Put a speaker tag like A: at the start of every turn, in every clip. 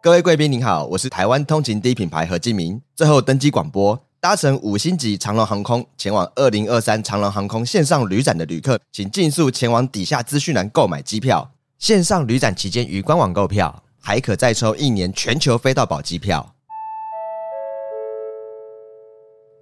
A: 各位贵宾您好，我是台湾通勤第一品牌何敬明。最后登机广播，搭乘五星级长龙航空前往二零二三长龙航空线上旅展的旅客，请尽速前往底下资讯栏购买机票。线上旅展期间于官网购票，还可再抽一年全球飞到宝机票。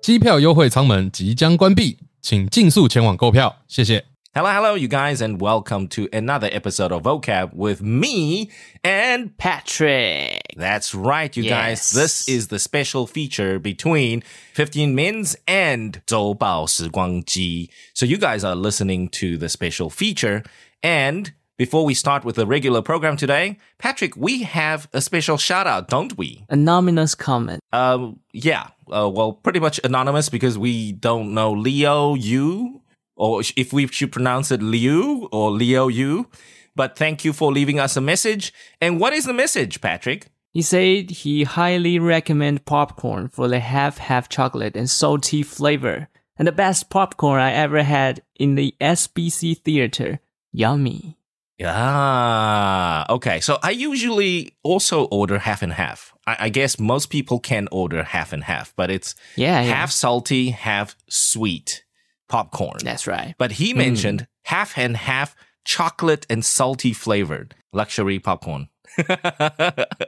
B: 机票优惠舱门即将关闭，请尽速前往购票，谢谢。
C: Hello, hello, you guys, and welcome to another episode of vocab with me and
D: Patrick.
C: That's right, you guys.
D: Yes.
C: This is the special feature between 15 Minutes and 周报时光机. So you guys are listening to the special feature. And before we start with the regular program today, Patrick, we have a special shout out, don't we?
D: Anonymous comment.
C: Um, yeah. Uh, well, pretty much anonymous because we don't know Leo Yu, or sh- if we should pronounce it Liu or Leo Yu. But thank you for leaving us a message. And what is the message, Patrick?
D: He said he highly recommend popcorn for the half half chocolate and salty flavor. And the best popcorn I ever had in the SBC theater. Yummy.
C: Yeah. Ah, Okay. So I usually also order half and half. I, I guess most people can order half and half, but it's
D: Oh, Yeah, yeah.
C: half salty, half sweet popcorn.
D: That's right.
C: But he mentioned half and half chocolate and salty flavored luxury popcorn.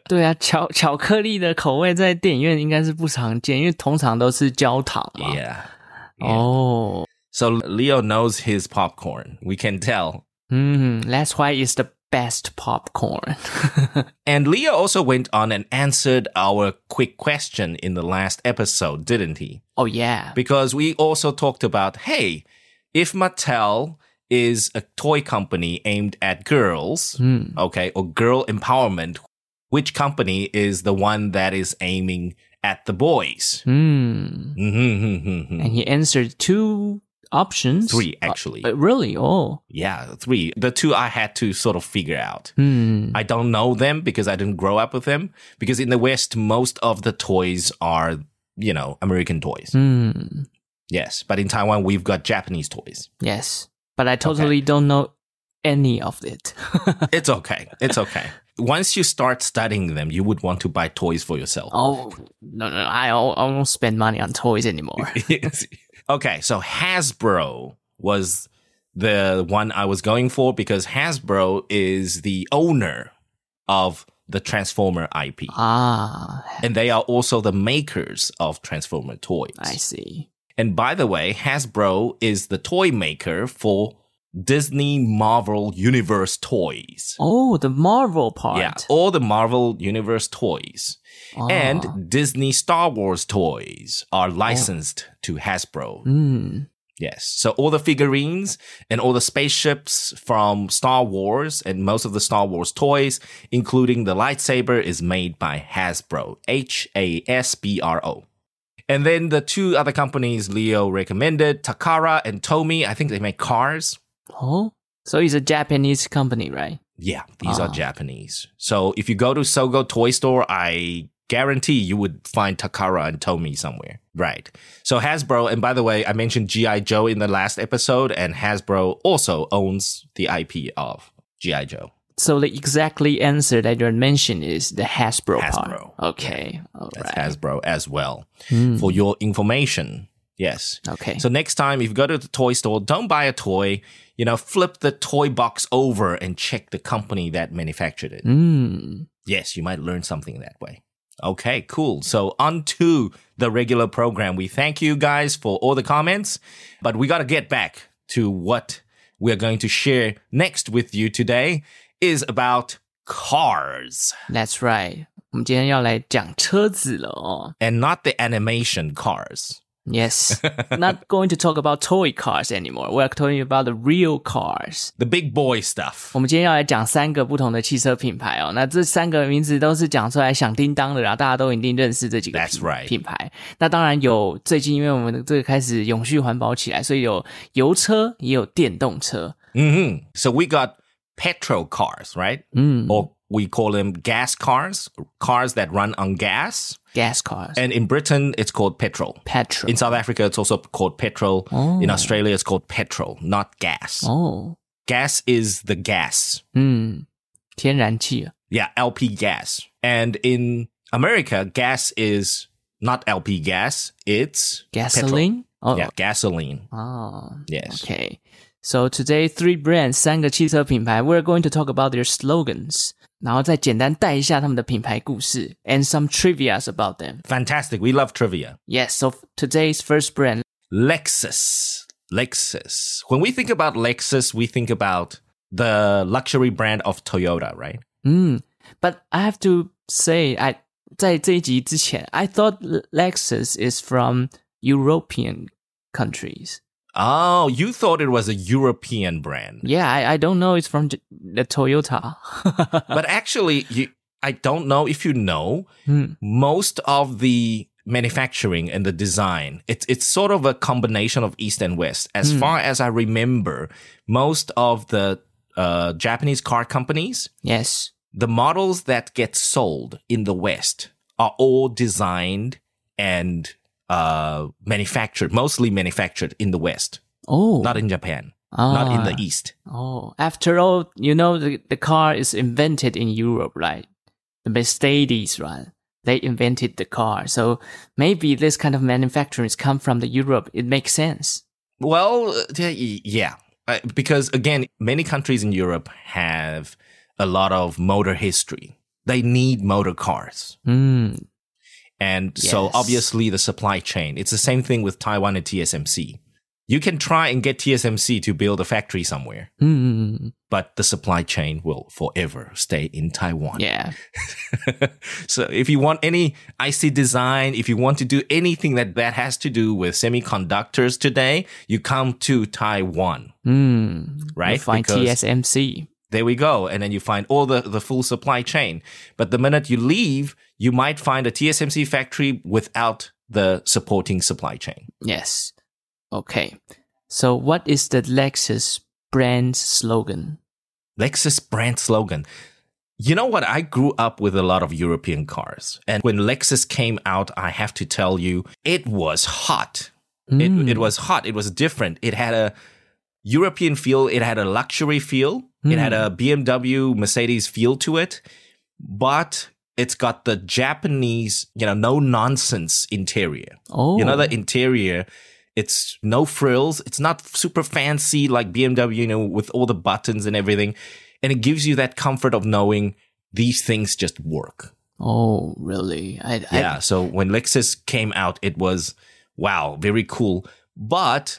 D: 对啊，巧巧克力的口味在电影院应该是不常见，因为通常都是焦糖嘛。
C: Yeah.
D: Oh. 哦，
C: So Leo knows his popcorn. We can tell.
D: 嗯，That's why it's the best popcorn.
C: And Leo also went on and answered our quick question in the last episode, didn't he?
D: oh yeah.
C: Because we also talked about hey, if Mattel is a toy company aimed at girls,
D: 嗯。
C: okay, or girl empowerment, which company is the one that is aiming at the boys?
D: Hmm.
C: Mm-hmm.
D: And he answered two options.
C: Three, actually.
D: Uh, really? Oh.
C: Yeah, three. The two I had to sort of figure out.
D: Hmm.
C: I don't know them because I didn't grow up with them. Because in the West, most of the toys are, you know, American toys.
D: Hmm.
C: Yes. But in Taiwan, we've got Japanese toys.
D: Yes. But I totally don't know any of it.
C: It's okay. It's okay. Once you start studying them, you would want to buy toys for yourself.
D: oh, no, no. I, al- I won't spend money on toys anymore.
C: Yes. okay. So Hasbro was the one I was going for because Hasbro is the owner of the Transformer IP.
D: ah,
C: and they are also the makers of Transformer toys.
D: I see.
C: And by the way, Hasbro is the toy maker for Disney Marvel Universe toys.
D: Oh, the Marvel part.
C: Yeah, all the Marvel Universe toys
D: Ah. Oh.
C: and Disney Star Wars toys are licensed to Hasbro.
D: Hmm.
C: Yes. So all the figurines and all the spaceships from Star Wars and most of the Star Wars toys, including the lightsaber, is made by Hasbro. H A S B R O. And then the two other companies Leo recommended, Takara and Tomy, I think they make cars.
D: Oh. So it's a Japanese company, right?
C: Yeah, these are
D: Ah.
C: Japanese. So if you go to Sogo Toy Store, I guarantee you would find Takara and Tomy somewhere. Right. So Hasbro, and by the way, I mentioned G.I. Joe in the last episode, and Hasbro also owns the IP of G.I. Joe.
D: So the exactly answer that you mentioned is the Hasbro,
C: Hasbro.
D: part. Okay. All
C: That's
D: right.
C: Hasbro as well.
D: Hmm.
C: For your information. Yes.
D: Okay.
C: So next time if you go to the toy store, don't buy a toy. You know, flip the toy box over and check the company that manufactured it.
D: Hmm.
C: yes, you might learn something that way. Okay, cool. So on to the regular program. We thank you guys for all the comments, but we got to get back to what we're going to share next with you today is about cars
D: That's right，我们今天要来讲车子了哦。
C: and not the animation cars.
D: Yes, not going to talk about toy cars anymore. We're talking about the real cars.
C: The big boy stuff.
D: 我们今天要来讲三个不同的汽车品牌哦。那这三个名字都是讲出来响叮当的啦，大家都一定认识这几个
C: That's
D: 品
C: right
D: 品牌。那当然有，最近因为我们的这个开始永续环保起来，所以有油车也有电动车。
C: hmm So we got petrol cars, right?
D: 嗯
C: Or we call them gas cars, cars that run on gas.
D: ，gas cars
C: And in Britain, it's called petrol.
D: petrol
C: In。South Africa, it's also called petrol.
D: Oh.
C: In Australia, it's called petrol, not gas.
D: 哦，
C: Gas is the gas.
D: 嗯，天然气啊。
C: Yeah, LP gas. And in America, gas is not LP gas, it's petrol.
D: Gasoline? Oh,
C: Yeah, gasoline.
D: oh,
C: Yes.
D: Okay. So today, three brands 三个汽车品牌，we're going to talk about their slogans，然后再简单带一下他们的品牌故事，and some trivia's about them.
C: Fantastic. We love trivia.
D: Yes. So today's first brand.
C: Lexus. Lexus. When we think about Lexus, we think about the luxury brand of Toyota, right?
D: 嗯，but Hmm, I have to say, I 在这一集之前，I thought Lexus is from European countries.
C: Oh, you thought it was a European brand.
D: Yeah, I, I don't know. It's from J- the Toyota.
C: But actually, you, I don't know if you know,
D: 嗯
C: most of the manufacturing and the design it's it's sort of a combination of east and west as
D: Hmm.
C: far as i remember most of the uh, japanese car companies
D: ，Yes.
C: the models that get sold in the west are all designed and uh, manufactured mostly manufactured in the west
D: Oh,
C: not in japan
D: ah,
C: not in the east
D: Oh, after all, you know the, the car is invented in Europe, right? The Mercedes, right? They invented the car, so maybe this kind of manufacturers come from the Europe. It makes sense.
C: Well, uh, yeah, Uh, because again, many countries in Europe have a lot of motor history. They need motor cars.
D: Hmm.
C: And so
D: Yes.
C: obviously the supply chain, it's the same thing with Taiwan and TSMC. You can try and get TSMC to build a factory somewhere,
D: Hmm.
C: but the supply chain will forever stay in Taiwan.
D: Yeah.
C: so if you want any IC design, if you want to do anything that that has to do with semiconductors today, you come to Taiwan.
D: Hmm.
C: Right,
D: You find
C: because-
D: TSMC.
C: there we go. And then you find all the, the full supply chain. But the minute you leave, you might find a TSMC factory without the supporting supply chain.
D: Yes. Okay. So, what is the Lexus brand slogan?
C: Lexus brand slogan. You know what? I grew up with a lot of European cars. And when Lexus came out, I have to tell you, it was hot.
D: Hmm.
C: It, it was hot. It was different. It had a European feel. It had a luxury feel. It had a BMW Mercedes feel to it, but it's got the Japanese, you know, no nonsense interior.
D: Oh.
C: You know, the interior, it's no frills. It's not super fancy like BMW, you know, with all the buttons and everything. And it gives you that comfort of knowing these things just work.
D: Oh, really? I, I
C: Yeah. So when Lexus came out, it was wow, very cool. But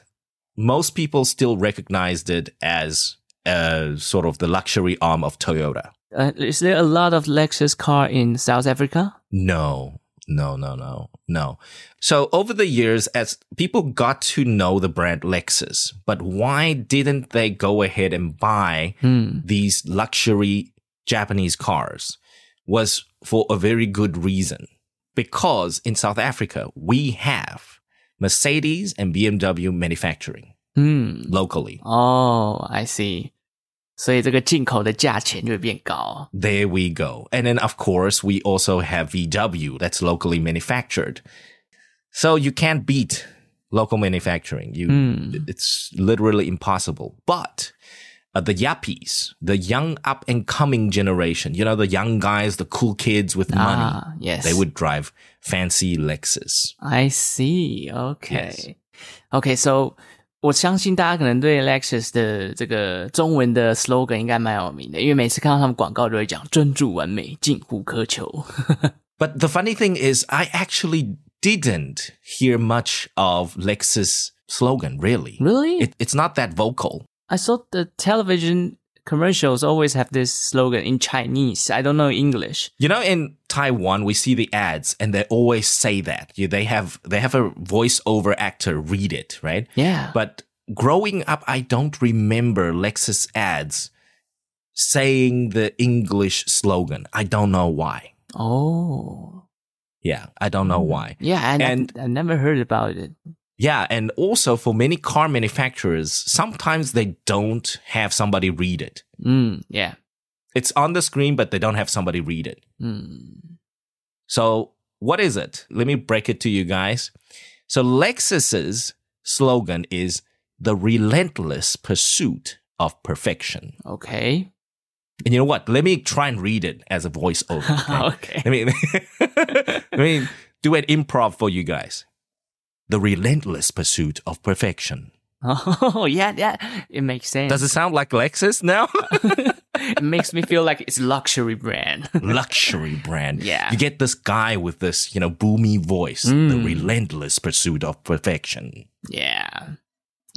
C: most people still recognized it as uh, sort of the luxury arm of Toyota.
D: Uh, is there a lot of Lexus car in South Africa?
C: No, no, no, no, no. So over the years, as people got to know the brand Lexus, but why didn't they go ahead and buy
D: Hmm.
C: these luxury Japanese cars was for a very good reason. Because in South Africa, we have Mercedes and BMW manufacturing
D: Hmm.
C: locally.
D: Oh, I see. 所以这个进口的价钱就会变高。
C: There we go. And then, of course, we also have VW that's locally manufactured. So you can't beat local manufacturing. You,
D: Mm.
C: It's literally impossible. But uh, the yuppies, the young up and coming generation, you know, the young guys, the cool kids with money,
D: Ah, yes.
C: they would drive fancy Lexus.
D: I see. Okay.
C: Yes.
D: Okay. So 我相信大家可能对 Lexus 的这个中文的 slogan 应该蛮有名的，因为每次看到他们广告都会讲“专注完美，近乎苛求
C: But the funny thing is, I actually didn't hear much of Lexus slogan, really.
D: Really?
C: It, it's not that vocal.
D: I thought the television commercials always have this slogan in Chinese. I don't know English.
C: You know, in Taiwan, we see the ads, and they always say that You- they have they have a voiceover actor read it, right?
D: Yeah.
C: But growing up, I don't remember Lexus ads saying the English slogan. I don't know why.
D: oh.
C: Yeah, I don't know why.
D: Yeah, and,
C: And-
D: I, I never heard about it.
C: Yeah, and also for many car manufacturers, sometimes they don't have somebody read it.
D: Mm, yeah.
C: It's on the screen, but they don't have somebody read it.
D: Mm.
C: So, what is it? Let me break it to you guys. So, Lexus's slogan is the relentless pursuit of perfection.
D: Okay.
C: And you know what? Let me try and read it as a voiceover.
D: okay.
C: Let me let me do an improv for you guys. The relentless pursuit of perfection.
D: Oh yeah, yeah. It makes sense.
C: Does it sound like Lexus now?
D: it makes me feel like it's luxury brand.
C: Luxury brand.
D: Yeah.
C: You get this guy with this, you know, boomy voice. The relentless pursuit of perfection.
D: yeah.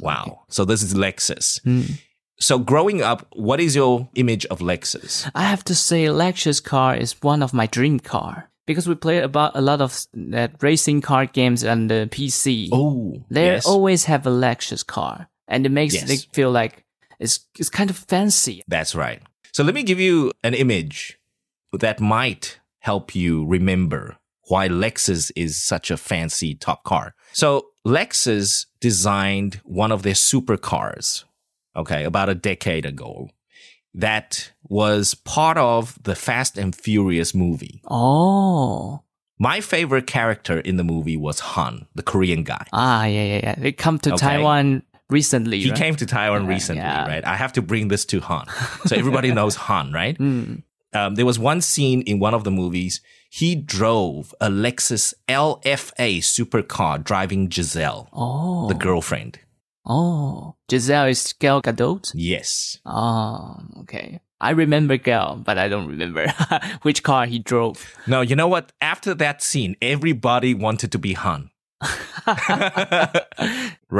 C: Wow. So this is Lexus.
D: Mm.
C: So growing up, what is your image of Lexus?
D: I have to say, Lexus car is one of my dream car because we play about a lot of s- that racing car games on the PC.
C: Oh,
D: they
C: yes.
D: always have a Lexus car, and it makes
C: Yes.
D: it feel like it's it's kind of fancy.
C: That's right. So let me give you an image that might help you remember why Lexus is such a fancy top car. So Lexus designed one of their supercars, okay, about a decade ago. That was part of the Fast and Furious movie.
D: Oh,
C: My favorite character in the movie was Han, the Korean guy.
D: ah, yeah, yeah, yeah. They come to
C: Okay.
D: Taiwan recently.
C: He
D: right?
C: came to Taiwan
D: Yeah,
C: recently,
D: yeah.
C: right? I have to bring this to Han. So everybody knows Han, right?
D: Mm.
C: um, there was one scene in one of the movies. He drove a Lexus LFA supercar driving Giselle,
D: Oh,
C: the girlfriend.
D: oh, Giselle is Gal Gadot.
C: Yes.
D: Oh, okay. I remember Gal, but I don't remember which car he drove.
C: No, you know what? After that scene, everybody wanted to be Han.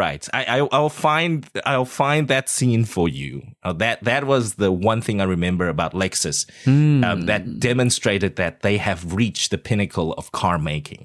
C: right. I, I I'll find I'll find that scene for you. Uh, that that was the one thing I remember about Lexus
D: Hmm.
C: um, that demonstrated that they have reached the pinnacle of car making.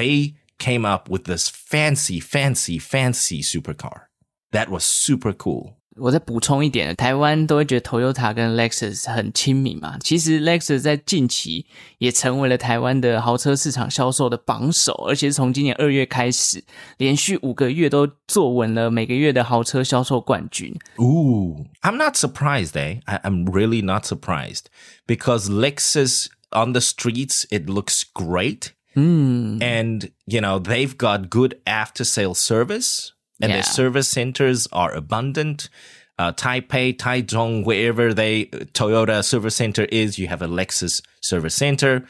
C: They came up with this fancy, fancy, fancy supercar. That was super cool.
D: 我再补充一点，台湾都会觉得 Toyota 跟 Lexus 很亲民嘛。其实 Lexus 在近期也成为了台湾的豪车市场销售的榜首，而且是从今年二月开始，连续五个月都坐稳了每个月的豪车销售冠军。
C: Ooh. I'm not surprised, eh? I, I'm really not surprised because Lexus on the streets, it looks great. Hmm.
D: 嗯，
C: And, you know, they've got good after sale service and
D: Yeah.
C: their service centers are abundant. Uh, Taipei, Taichung, wherever they Toyota service center is, you have a Lexus service center.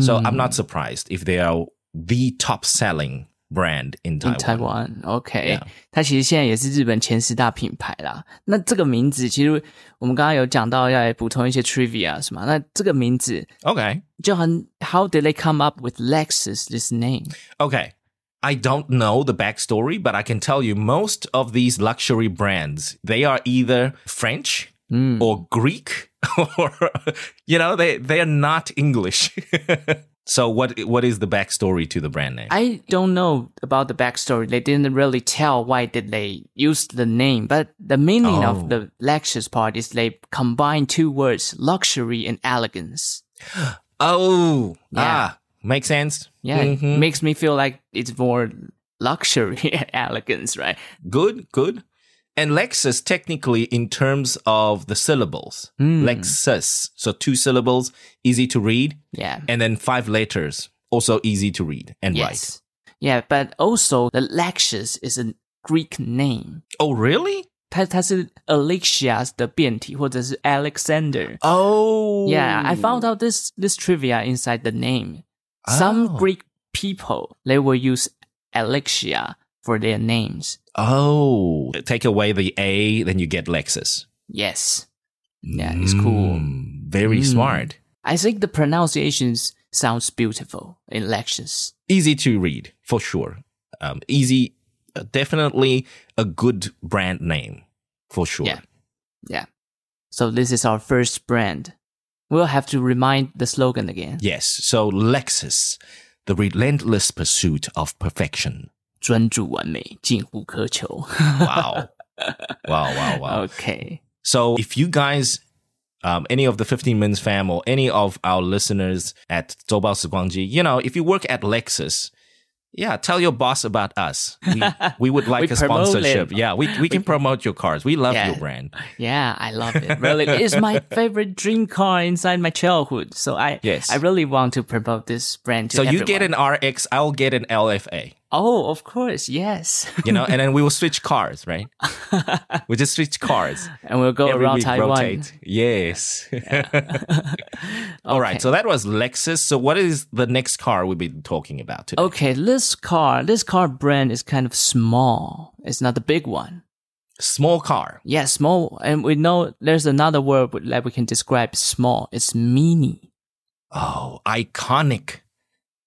C: So I'm not surprised if they are the top selling brand in Taiwan.
D: In Taiwan，OK，、
C: Yeah
D: 它其实现在也是日本前十大品牌啦。那这个名字，其实我们刚刚有讲到要来补充一些 trivia 是吗？那这个名字
C: Okay.
D: John，how did they come up with Lexus this name？
C: Okay. I don't know the backstory, but I can tell you most of these luxury brands, they are either French
D: 嗯
C: or Greek or you know they they are not English. so what what is the backstory to the brand name?
D: I don't know about the backstory. They didn't really tell why did they use the name, but the meaning
C: Oh.
D: of the Lexus part is they combine two words, luxury and elegance.
C: oh,
D: Yeah.
C: ah, makes sense.
D: Yeah, it
C: Mhm.
D: makes me feel like it's more luxury and elegance, right?
C: good, good. And Lexus technically in terms of the syllables.
D: Hmm.
C: Lexus. So two syllables, easy to read,
D: Yeah.
C: and then five letters, also easy to read and write.
D: Yes. Yeah, but also the Lexus is a Greek name.
C: Oh, really?
D: 它-它是 Alexias 的变体，或者是 Alexander。
C: Oh.
D: Yeah, I found out this this trivia inside the name. Some
C: Oh.
D: Greek people they will use Alexia for their names.
C: Oh, take away the A, then you get Lexus.
D: Yes. Yeah, it's cool.
C: Mm, Very
D: Mm.
C: smart.
D: I think the pronunciations sounds beautiful in Lexus.
C: Easy to read, for sure. Um, easy, uh, definitely a good brand name, for sure.
D: Yeah. Yeah. So this is our first brand. We'll have to remind the slogan again.
C: Yes. So, Lexus, the relentless pursuit of perfection.
D: 专注完美，近乎苛求。
C: Wow. wow, wow, wow.
D: Oh, Okay.
C: So, if you guys, um, any of the 15 Men's fam or any of our listeners at Zobao Siguangji, you know, if you work at Lexus, yeah, tell your boss about us. We, we would like
D: We
C: a
D: promote
C: sponsorship.
D: it.
C: Yeah, we, we can promote your cars. We love
D: Yeah.
C: your brand.
D: Yeah, I love it. Really, it's my favorite dream car inside my childhood. So I,
C: Yes.
D: I really want to promote this brand. To
C: So you get
D: everyone.
C: an RX, I'll get an LFA.
D: Oh, of course, yes.
C: you know, and then we will switch cars, right? we just switch cars.
D: And we'll go
C: Every
D: around
C: week
D: Taiwan.
C: rotate. Yes. All right. So that was Lexus. So what is the next car we'll be talking about today?
D: Okay, this car, this car brand is kind of small. It's not the big one.
C: Small car.
D: Yeah, small. And we know there's another word that we can describe small. It's mini,
C: Oh, iconic.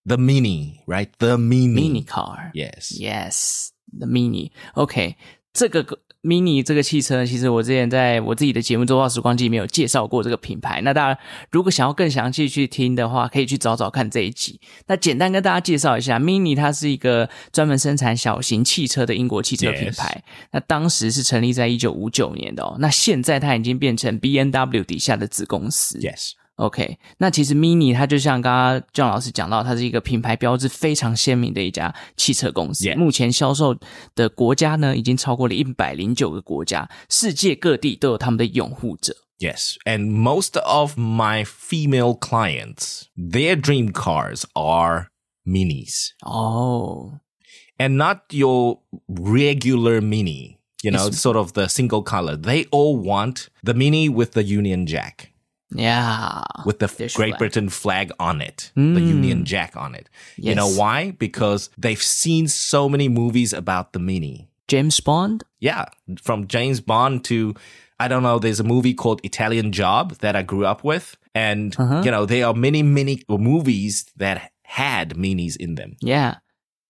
C: The Mini, right? The Mini.
D: mini car.
C: Yes.
D: Yes, the mini. OK，这个 mini 这个汽车，其实我之前在我自己的节目《周报时光机》里面有介绍过这个品牌。那大家如果想要更详细去听的话，可以去找找看这一集。那简单跟大家介绍一下，mini 它是一个专门生产小型汽车的英国汽车品牌。那当时是成立在一九五九年的哦。那现在它已经变成 B N W 底下的子公司。
C: Yes.
D: OK，那其实 Mini 它就像刚刚 John 老师讲到，它是一个品牌标志非常鲜明的一家汽车公司。
C: Yeah
D: 目前销售的国家呢，已经超过了一百零九个国家，世界各地都有他们的拥护者。
C: Yes. And most of my female clients, their dream cars are Minis.
D: 哦，
C: and not your regular mini. You know,
D: Yes.
C: sort of the single color. They all want the mini with the Union Jack,
D: 呀，
C: with the
D: That's
C: Great
D: right.
C: Britain flag on it, the
D: Mm.
C: Union Jack on it. You know
D: Yes.
C: why? Because they've seen so many movies about the mini.
D: James Bond，
C: Yeah, from James Bond to, I don't know, there's a movie called Italian Job that I grew up with. And,
D: Uh-huh.
C: you know, there are many, many movies that had minis in them.
D: Yeah.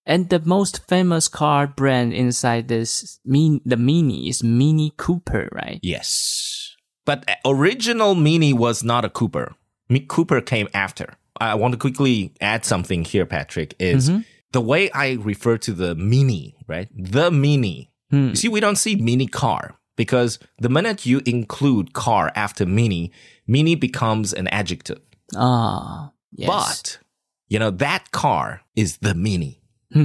D: And the most famous car brand inside this min the Mini is Mini Cooper, right?
C: Yes. But original Mini was not a Cooper. Mi- Cooper came after. I want to quickly add something here, Patrick, is
D: Mm-hmm.
C: the way I refer to the Mini, right? The Mini.
D: Hmm.
C: You see, we don't see Mini car because the minute you include car after Mini, Mini becomes an adjective.
D: Ah, yes.
C: But, you know, that car is the Mini.
D: yeah,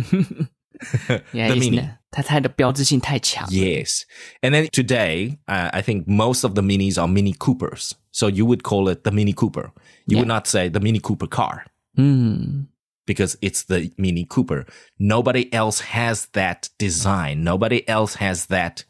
C: the
D: it's
C: Mini.
D: not- 它它的标志性太强了。
C: Yes. And then today, uh, I think most of the minis are Mini Coopers. So you would call it the Mini Cooper. You would not say the Mini Cooper car
D: 嗯。
C: because it's the Mini Cooper. Nobody else has that design. Nobody else has that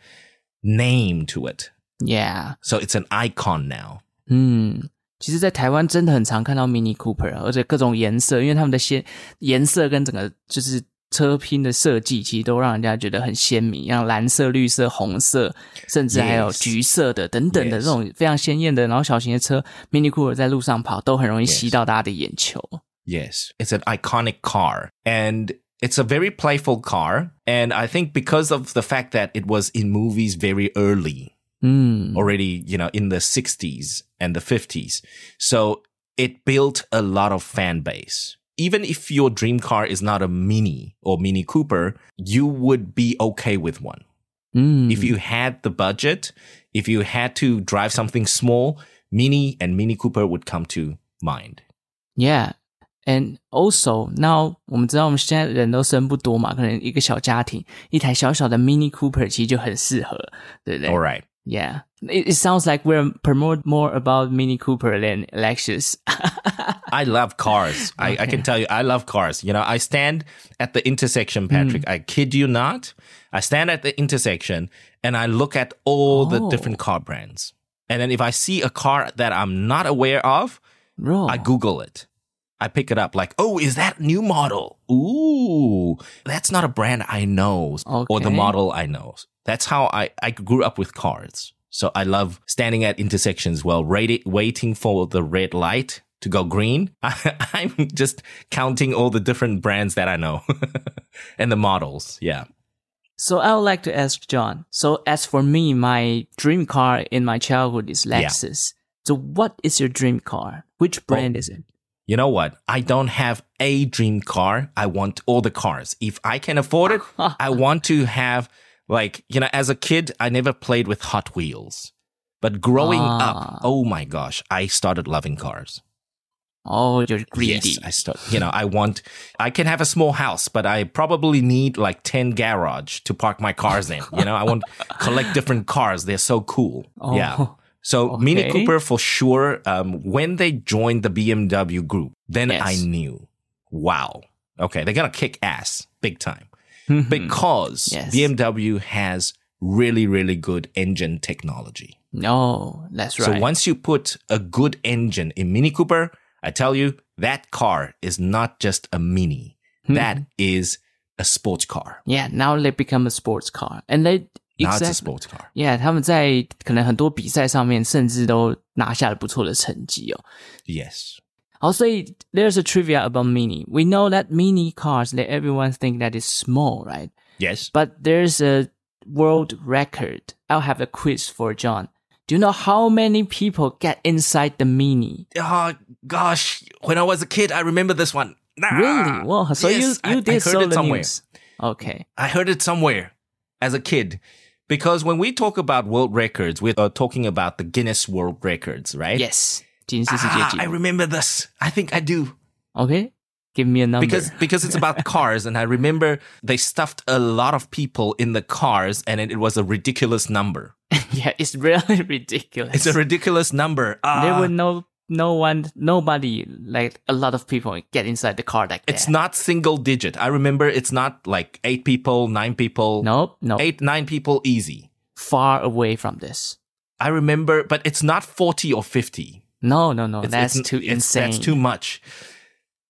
C: name to it.
D: Yeah，
C: So it's an icon now.
D: 嗯，其实，在台湾真的很常看到 Mini Cooper，而啊且各种颜色，因为他们的鲜颜色跟整个就是车拼的设计，其实都让人家觉得很鲜明，像蓝色、绿色、红色，甚至还有
C: Yes.
D: 橘色的等等的
C: Yes.
D: 这种非常鲜艳的，然后小型的车 Mini Cooper 在路上跑都很容易
C: Yes.
D: 吸到大家的眼球。
C: Yes. It's an iconic car. And it's a very playful car. And I think because of the fact that it was in movies very early,
D: 嗯，
C: already, you know, in the 60s and the 50s. So it built a lot of fan base. Even if your dream car is not a Mini or Mini Cooper, you would be okay with one.
D: 嗯，
C: If you had the budget, if you had to drive something small, Mini and Mini Cooper would come to mind.
D: Yeah. And also now 我们知道我们现在人都生不多嘛，可能一个小家庭一台小小的 Mini Cooper 其实就很适合，对不对
C: All right.
D: Yeah. It, it sounds like we're promote more about Mini Cooper than Lexus.
C: I love cars. I, I can tell you, I love cars. You know, I stand at the intersection, Patrick. I kid you not. I stand at the intersection and I look at all the
D: Oh.
C: different car brands. And then if I see a car that I'm not aware of,
D: Raw.
C: I Google it. I pick it up like, oh, is that new model? Ooh, that's not a brand I know or the
D: Okay.
C: model I know. That's how I, I grew up with cars. So I love standing at intersections while radi- waiting for the red light to go green. I, I'm just counting all the different brands that I know and the models. Yeah.
D: so I would like to ask John. So as for me, my dream car in my childhood is
C: Yeah.
D: Lexus. So what is your dream car? Which brand is it?
C: You know what? I don't have a dream car. I want all the cars. If I can afford it, I want to have like, you know, as a kid, I never played with Hot Wheels. But growing
D: Ah.
C: up, oh my gosh, I started loving cars.
D: Oh, you're
C: Yes,
D: greedy.
C: I start, you know, I want I can have a small house, but I probably need like 10 garage to park my cars in. You know, I want collect different cars. They're so cool.
D: Oh.
C: Yeah. So Mini
D: Okay.
C: Cooper for sure. Um, when they joined the BMW group, then
D: Yes.
C: I knew, wow, okay, they're gonna kick ass big time. because
D: Hmm. Yes.
C: BMW has really, really good engine technology.
D: No, that's right.
C: So once you put a good engine in Mini Cooper, I tell you, that car is not just a Mini.
D: Hmm.
C: That is a sports car.
D: yeah, now they become a sports car, and they
C: Now it's a
D: exactly
C: sports car.
D: yeah，他们在可能很多比赛上面甚至都拿下了不错的成绩哦。
C: Yes.
D: Also, there's a trivia about Mini. We know that Mini cars that everyone think that is small, right?
C: Yes.
D: But there's a world record. I'll have a quiz for John. Do you know how many people get inside the Mini?
C: oh gosh, when I was a kid, I remember this one. Nah.
D: Really? Well, so
C: Ah, Yes,
D: you you
C: I-
D: did
C: I heard
D: so
C: it
D: the
C: somewhere.
D: news. Okay.
C: I heard it somewhere as a kid. Because when we talk about world records, we are talking about the Guinness World Records, right?
D: Yes. 吉尼斯
C: Ah, I
D: 世界纪录。
C: remember this. I think I do.
D: Okay. Give me a number.
C: Because because it's about cars and I remember they stuffed a lot of people in the cars and it, it was a ridiculous number.
D: yeah, it's really ridiculous.
C: It's a ridiculous number. Ah,
D: there were no no one nobody like a lot of people get inside the car like
C: it's
D: that.
C: not single digit. I remember it's not like 8 people, 9 people.
D: Nope, no.
C: 8 9 people easy.
D: Far away from this.
C: I remember, but it's not 40 or 50.
D: No, no, no.
C: It's-
D: Oh, that's
C: it's-
D: too
C: it's-
D: insane.
C: That's too much.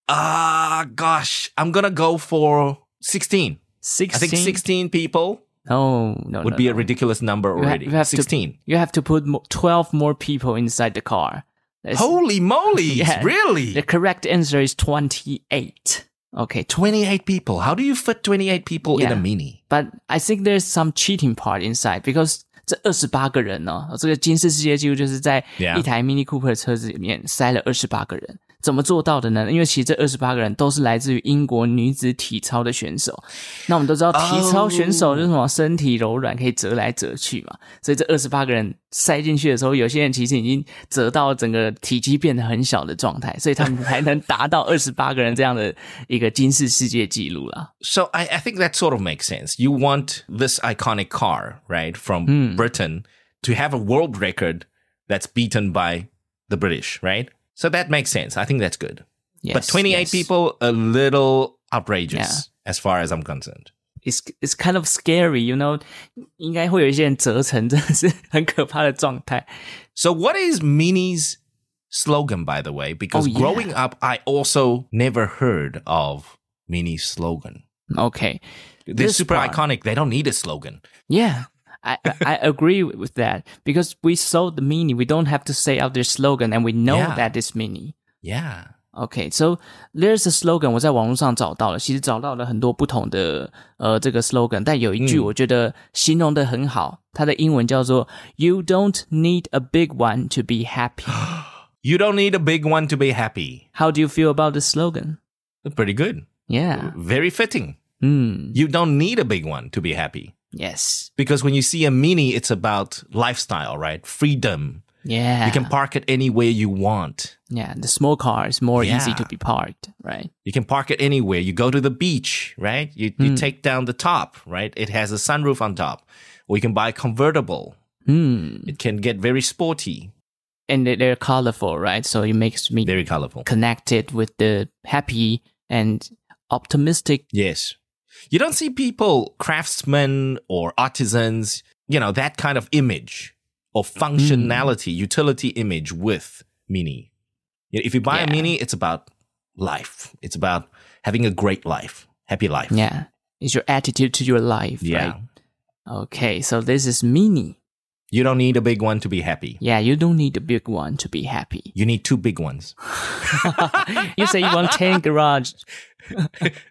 C: Ah, gosh. I'm going to go for 16. I
D: 16?
C: think 16 people
D: No, no,
C: would
D: no,
C: be a
D: no.
C: ridiculous number
D: You ha-
C: already.
D: you have
C: 16.
D: To, you have to put mo- 12 more people inside the car. That's-
C: Holy moly.
D: Yeah.
C: Really?
D: The correct answer is 28. Okay. tw-
C: 28 people. How do you fit 28 people in
D: Yeah.
C: a mini?
D: But I think there's some cheating part inside because 这二十八个人呢、哦，这个金氏世界纪录就是在
C: Yeah.
D: 一台 Mini Cooper 的车子里面塞了二十八个人。怎么做到的呢？因为其实这二十八个人都是来自于英国女子体操的选手。那我们都知道，体操选手就是什么身体柔软，可以折来折去嘛。所以这二十八个人塞进去的时候，有些人其实已经折到整个体积变得很小的状态，所以他们才能达到二十八个人这样的一个金氏世界纪录啦。
C: So I, I think that sort of makes sense. You want this iconic car, right, from
D: Hmm.
C: Britain to have a world record that's beaten by the British, right? So that makes sense. I think that's good. but
D: Yes,
C: 28
D: yes.
C: people, a little outrageous
D: Yeah.
C: as far as I'm concerned.
D: is is kind of scary, you know，应该会有一些人折成，真的是很可怕的状态。
C: So, what is Mini's slogan, by the way? Because
D: Oh, yeah.
C: growing up, I also never heard of Mini's slogan.
D: Okay,
C: They're
D: This
C: super
D: part.
C: iconic. They don't need a slogan.
D: yeah, I I I agree with that because we sold the mini, we don't have to say out their slogan, and we know
C: Yeah.
D: that is mini.
C: Yeah.
D: Okay, so there's a slogan，我在网络上找到了，其实找到了很多不同的呃这个 slogan，但有一句
C: 嗯
D: 我觉得形容的很好，它的英文叫做 "You don't need a big one to be happy."
C: You don't need a big one to be happy.
D: How do you feel about this slogan?
C: Pretty good.
D: Yeah，
C: Very fitting.
D: 嗯
C: You don't need a big one to be happy. Because when you see a Mini, it's about lifestyle, right? Freedom.
D: ，Yes，Yeah，
C: You can park it anywhere you want.
D: Yeah, the small car is more easy
C: Yeah.
D: to be parked, right?
C: You can park it anywhere. You go to the beach, right? You, you take down the top, right? It has a sunroof on top. Or you can buy a convertible.
D: Hmm.
C: It can get very sporty,
D: And they- they're colorful, right? So it makes me
C: very colorful.
D: connected with the happy and optimistic.
C: Yes. You don't see people, craftsmen or artisans, you know, that kind of image or
D: Mm.
C: functionality, utility image with Mini. Y- If you buy a
D: Yeah.
C: Mini, it's about life, it's about having a great life, happy life.
D: Yeah, it's your attitude to your life,
C: Yeah.
D: right? Okay, so this is mini.
C: You don't need a big one to be happy.
D: Yeah, you don't need a big one to be happy.
C: You need two big ones.
D: You say you want 10 garage.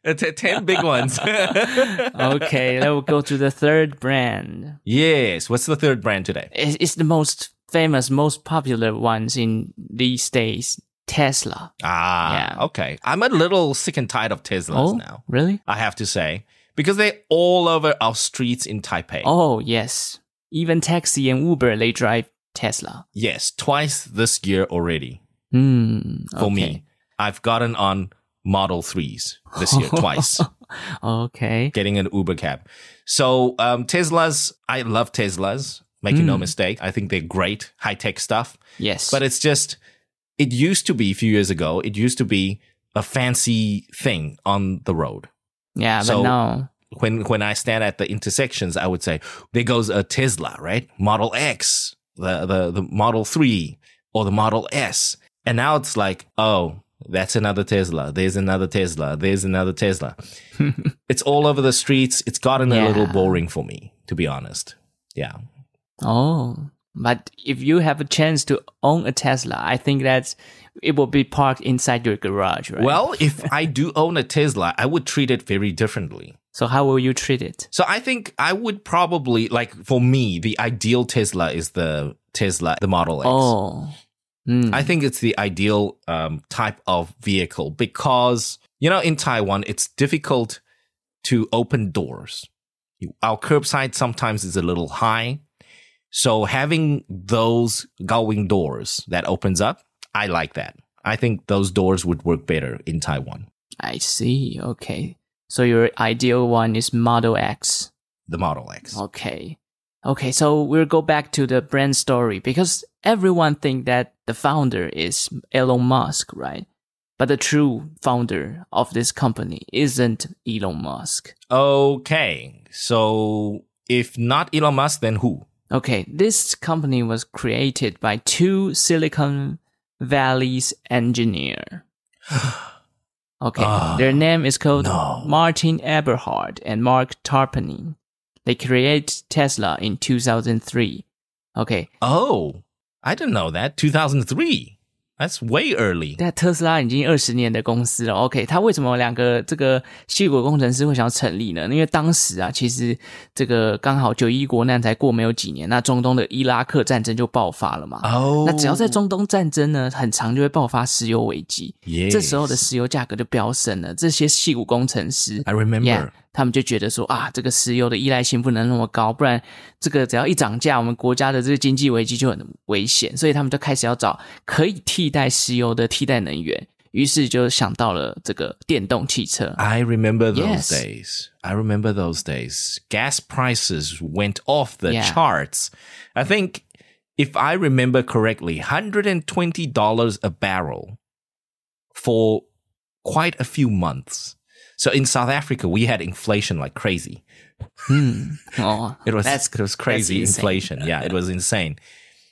C: Uh, t- Ten big ones.
D: Okay, then we'll go to the third brand.
C: yes. What's the third brand today?
D: It's it's the most famous, most popular ones in these days Tesla.
C: Ah,
D: Yeah.
C: okay. I'm a little sick and tired of Teslas
D: oh,
C: now.
D: really?
C: I have to say, because they're all over our streets in Taipei.
D: Oh, yes. Even taxi and Uber, they drive Tesla.
C: Yes, twice this year already
D: Hmm.
C: for me. I've gotten on Model 3s this year, twice,
D: Okay.
C: getting an Uber cab. So, um, Teslas, I love Teslas, making no mistake. I think they're great, high tech stuff.
D: Yes.
C: But it's just, it used to be a few years ago, it used to be a fancy thing on the road.
D: yeah,
C: so-
D: but now
C: when when I stand at the intersections, I would say, "There goes a Tesla, right? Model X, the the the Model Three, or the Model S." And now it's like, "Oh, that's another Tesla. There's another Tesla. There's another Tesla." it's all over the streets. It's gotten a little
D: Yeah.
C: boring for me, to be honest. Yeah.
D: Oh, but if you have a chance to own a Tesla, I think that it will be parked inside your garage, right?
C: Well, if I do own a Tesla, I would treat it very differently.
D: so how will you treat it?
C: So I think I would probably like for me, the ideal Tesla is the Tesla, the Model X.
D: Oh, Mm.
C: I think it's the ideal um, type of vehicle because you know in Taiwan it's difficult to open doors. You- Our curbside sometimes is a little high, so having those going doors that opens up, I like that. I think those doors would work better in Taiwan.
D: I see. Okay, so your ideal one is Model X.
C: The Model X.
D: Okay. Okay, so we'll go back to the brand story because everyone think that the founder is Elon Musk, right? But the true founder of this company isn't Elon Musk.
C: Okay, so if not Elon Musk, then who?
D: Okay, this company was created by two Silicon Valley's engineer. Okay,
C: Ah,
D: their name is called
C: no.
D: Martin Eberhard and Mark Tarpening. They created Tesla in 2003. Okay,
C: Oh, I didn't know that. 2003. That's way early.
D: 但特斯拉已经二十年的公司了，OK，它为什么两个这个西果工程师会想要成立呢？因为当时啊，其实这个刚好九一国难才过没有几年，那中东的伊拉克战争就爆发了嘛。
C: Oh,
D: 那只要在中东战争呢，很长就会爆发石油危机
C: Yes.
D: 这时候的石油价格就飙升了。这些细骨工程师
C: I remember.
D: Yeah，他们就觉得说啊，这个石油的依赖性不能那么高，不然这个只要一涨价，我们国家的这个经济危机就很危险，所以他们就开始要找可以替代石油的替代能源，于是就想到了这个电动汽车。
C: I remember those
D: Yes.
C: days. I remember those days. Gas prices went off the
D: Yeah.
C: charts. I think, if I remember correctly, $120 a barrel for quite a few months. So in South Africa, we had inflation like crazy.
D: 嗯，哦
C: It was
D: ，That's
C: it was crazy
D: insane.
C: inflation. Yeah, it was insane.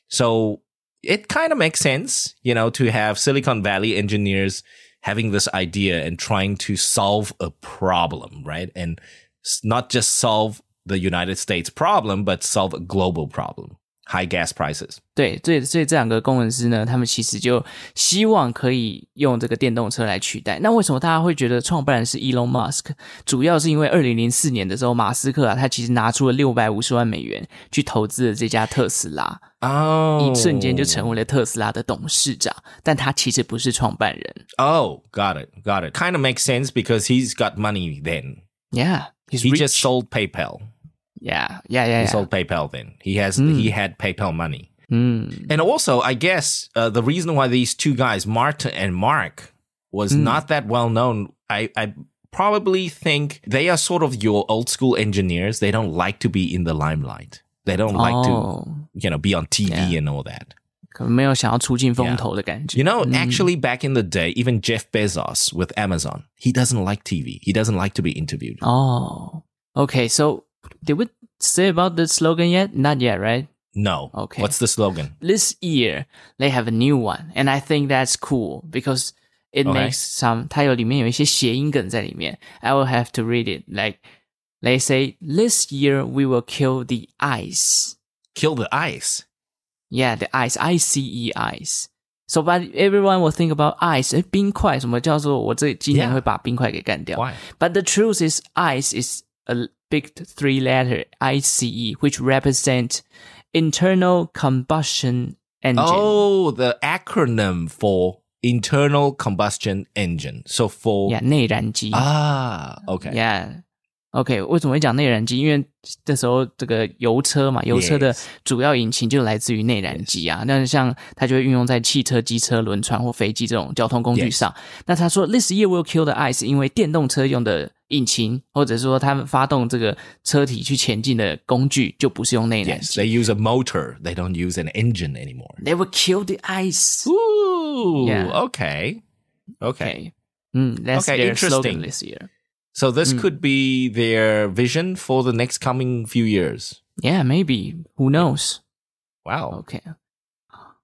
C: So it kind of makes sense, you know, to have Silicon Valley engineers having this idea and trying to solve a problem, right? And s- not just solve the United States problem, but solve a global problem. High gas prices.
D: 对，所以所以这两个工程师呢，他们其实就希望可以用这个电动车来取代。那为什么大家会觉得创办人是 Elon Musk？主要是因为二零零四年的时候，马斯克啊，他其实拿出了六百五十万美元去投资了这家特斯拉，
C: Oh.
D: 一瞬间就成为
C: 哦
D: 了特斯拉的董事长，但他其实不是创办人。
C: Oh, got it. Got it. Kind of makes sense because he's got money then.
D: Yeah, he's
C: He
D: rich.
C: just sold PayPal.
D: Yeah, yeah, yeah.
C: He
D: yeah.
C: sold PayPal then. He has
D: Mm.
C: he had PayPal money.
D: 嗯，
C: And also, I guess uh, the reason why these two guys, Martin and Mark, was
D: Hmm.
C: not that well known, I, I probably think they are sort of your old school engineers. They don't like to be in the limelight. They don't like
D: 哦，
C: to, you know, be on TV
D: Oh. Yeah.
C: and all that.
D: 可能没有想要出尽风头的感觉。
C: You know,
D: Mm.
C: actually, back in the day, even Jeff Bezos with Amazon, he doesn't like TV. He doesn't like to be interviewed.
D: Oh, okay. So did we say about the slogan yet? Not yet, right?
C: No.
D: Okay.
C: What's the slogan?
D: This year they have a new one, and I think that's cool because it
C: Okay.
D: makes some. 它有里面有一些谐音梗在里面. I will have to read it. Like they say, this year we will kill the ice.
C: Kill the ice.
D: Yeah, the ice, I C E ice. So, but everyone will think about ice. 诶冰块什么叫做我这今年
C: Yeah.
D: 会把冰块给干掉
C: Why?
D: But the truth is, ICE is a big three letter ICE, E, which represent internal combustion engine.
C: Oh, the acronym for internal combustion engine. So for
D: yeah, 内燃机。
C: ah, okay,
D: E. Yeah. OK，为什么会讲内燃机？因为这时候这个油车嘛，油车的
C: Yes.
D: 主要引擎就来自于内燃机啊。那像它就会运用在汽车、机车、轮船或飞机这种交通工具
C: Yes.
D: 上。那他说，this year will kill the ice，因为电动车用的引擎，或者说他们发动这个车体去前进的工具，就不是用内燃
C: yes,
D: 机。
C: they use a motor. They don't use an engine anymore.
D: They will kill the ice.
C: Ooh,
D: Yeah.
C: okay, okay.
D: Okay. 嗯，that's
C: Okay,
D: their slogan
C: interesting.
D: this year.
C: So this could be their vision for the next coming few years.
D: Yeah, maybe. Who knows?
C: Wow.
D: OK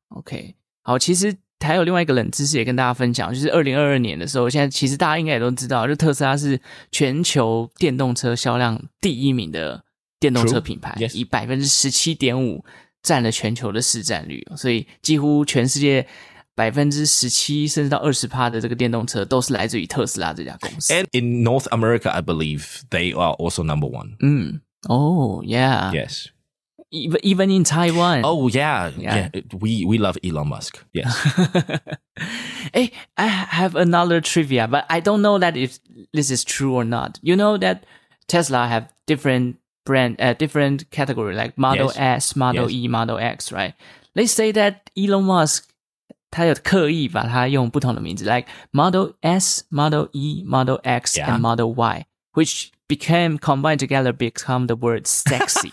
D: OK，好，其实还有另外一个冷知识也跟大家分享，就是二零二二年的时候，现在其实大家应该也都知道，就特斯拉是全球电动车销量第一名的电动车
C: True.
D: 品牌
C: Yes.
D: 以百分之十七点五占了全球的市占率，所以几乎全世界。百分之十七甚至到二十趴的这个电动车都是来自于特斯拉这家公司。
C: And in North America, I believe they are also number one.
D: 嗯，哦、y e a h
C: Yes.
D: e v e n even in Taiwan，
C: Oh yeah,
D: Yeah.
C: yeah. We we love Elon Musk. Yes.
D: hey, I have another trivia, but I don't know that if this is true or not. You know that Tesla have different brand, uh, different category like Model
C: Yes.
D: S, Model
C: Yes.
D: E, Model X, right? They say that Elon Musk 他有刻意把它用不同的名字, like Model S, Model E, Model X,
C: Yeah.
D: and Model Y, which became combined together become the word sexy.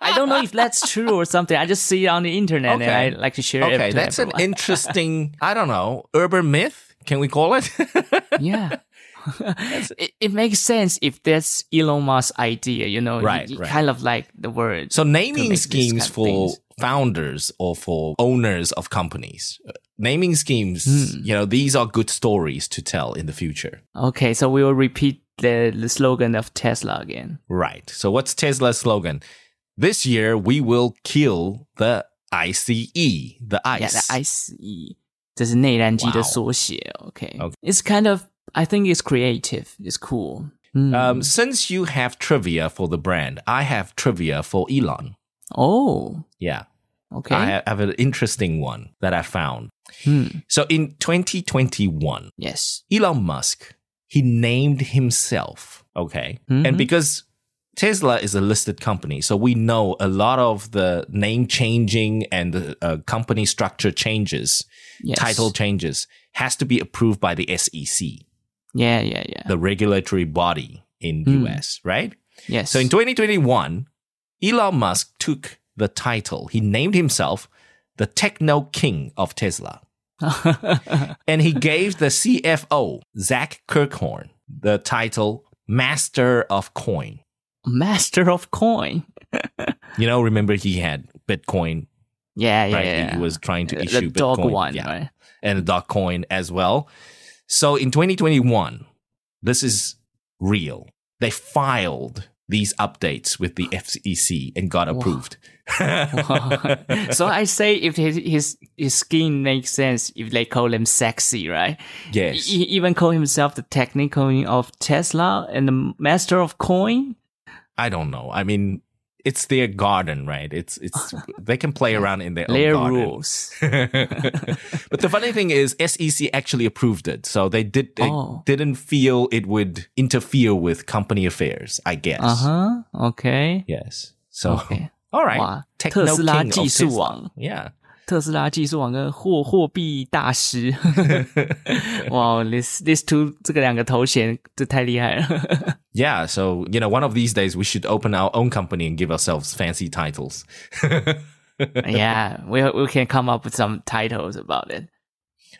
D: I don't know if that's true or something. I just see it on the internet and
C: Okay.
D: I like to share it.
C: okay,
D: to
C: that's an
D: everyone.
C: interesting. I don't know urban myth. Can we call it?
D: yeah. it, it makes sense if that's Elon Musk's idea, you know,
C: Right,
D: you, you
C: right.
D: kind of like the word.
C: so
D: To make
C: naming
D: these
C: schemes
D: kind of
C: for
D: things.
C: founders or for owners of companies. Uh, Naming schemes,
D: Hmm.
C: you know, these are good stories to tell in the future.
D: okay, so we will repeat the, the slogan of Tesla again.
C: Right. So what's Tesla's slogan? This year we will kill the ICE, the ice.
D: Yeah, the E. ICE. 这是内燃机的缩写, okay. It's kind of, I think it's creative. It's cool. Hmm. 嗯
C: Um, since you have trivia for the brand, I have trivia for Elon.
D: oh,
C: Yeah.
D: okay.
C: I ha- have an interesting one that I found.
D: Hmm,
C: So in 2021,
D: yes.
C: Elon Musk, he named himself, okay?
D: Mhm.
C: And because Tesla is a listed company, so we know a lot of the name changing and the uh, company structure changes,
D: Yes.
C: title changes has to be approved by the SEC,
D: Yeah, yeah, yeah.
C: the regulatory body in
D: Mm.
C: US, right?
D: yes.
C: So in 2021, Elon Musk took the title. He named himself the Techno King of Tesla. And he gave the CFO, Zach Kirkhorn, the title Master of Coin.
D: Master of coin.
C: You know, remember he had Bitcoin,
D: Yeah, yeah,
C: right?
D: yeah.
C: He was trying to
D: the
C: issue
D: the dog
C: Bitcoin.
D: one,
C: yeah.
D: right?
C: And a dog coin as well. So in 2021, this is real. They filed these updates with the FCC and got approved.
D: so I say if his, his his skin makes sense if they call him sexy, right?
C: Yes.
D: He even call himself the technical of Tesla and the master of coin.
C: I don't know. I mean, it's their garden, right? It's it's they can play around in their
D: Their
C: own garden.
D: rules.
C: but the funny thing is, SEC actually approved it, so they did they
D: Oh.
C: didn't feel it would interfere with company affairs. I guess.
D: Uh huh. Okay.
C: Yes. So
D: Okay.
C: all Oh, right.
D: 哇，
C: Techno
D: 特斯拉
C: king of
D: 技术
C: Tesla.
D: 王，
C: Yeah.
D: 特斯拉技术网跟货货币大 师。哇、wow,，this this two 这个两个头衔，这太厉害了。
C: Yeah. So you know, one of these days we should open our own company and give ourselves fancy titles.
D: yeah, we we can come up with some titles about it.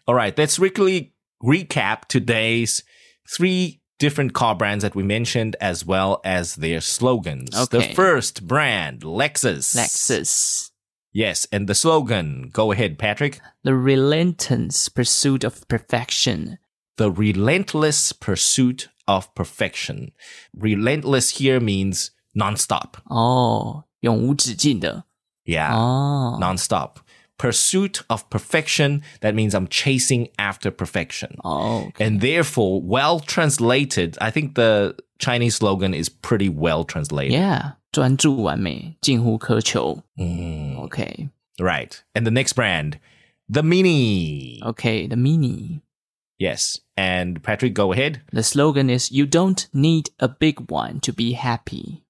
C: All right, let's quickly recap today's three different car brands that we mentioned, as well as their slogans.
D: Okay.
C: The first brand, Lexus.
D: Lexus.
C: Yes, and the slogan, go ahead, Patrick.
D: the relentless pursuit of perfection.
C: The relentless pursuit of perfection. Relentless here means nonstop.
D: 哦，Oh, 永无止境的 Oh,
C: Yeah,
D: 哦。
C: nonstop. Pursuit of perfection, that means I'm chasing after perfection.
D: 哦，OK，
C: and therefore well translated. I think the Chinese slogan is pretty well translated.
D: yeah，专注完美，近乎苛求。
C: Mm,
D: OK，OK，The、
C: right. And the next brand, the Mini.
D: mini。
C: Yes. And Patrick, go ahead.
D: The slogan is "You don't need a big one to be happy."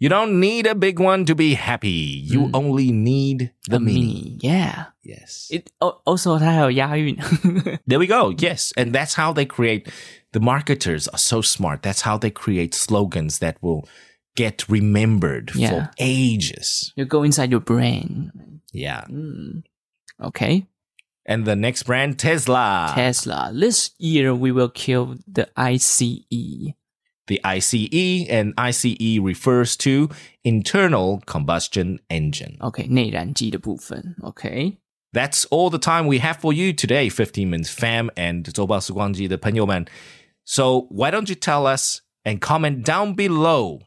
C: You don't need a big one to be happy. You
D: Mm.
C: only need the
D: A
C: Mini.
D: yeah.
C: Yes.
D: It al- also 它还有押韵。
C: there we go. Yes. And that's how they create. The marketers are so smart. That's how they create slogans that will get remembered
D: Yeah.
C: for ages.
D: you go inside your brain.
C: Yeah.
D: Mm. OK，
C: And the next brand, Tesla.
D: Tesla. This year we will kill the E. ICE.
C: the ICE, and ICE refers to internal combustion engine.
D: OK，内燃机的部分。OK，
C: That's all the time we have for you today, 15 Minutes Fam and 周报时光机的朋友们. So why don't you tell us and comment down below,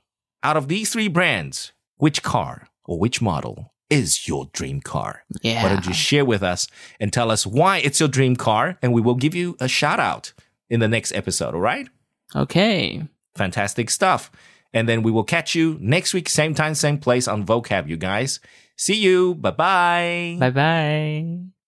C: out of these three brands, which car or which model is your dream car?
D: Yeah.
C: Why don't you share with us and tell us why it's your dream car, and we will give you a shout out in the next episode, all right?
D: OK，
C: Fantastic stuff. And then we will catch you next week, same time, same place on Vocab, you guys. See you. Bye bye.
D: 拜拜。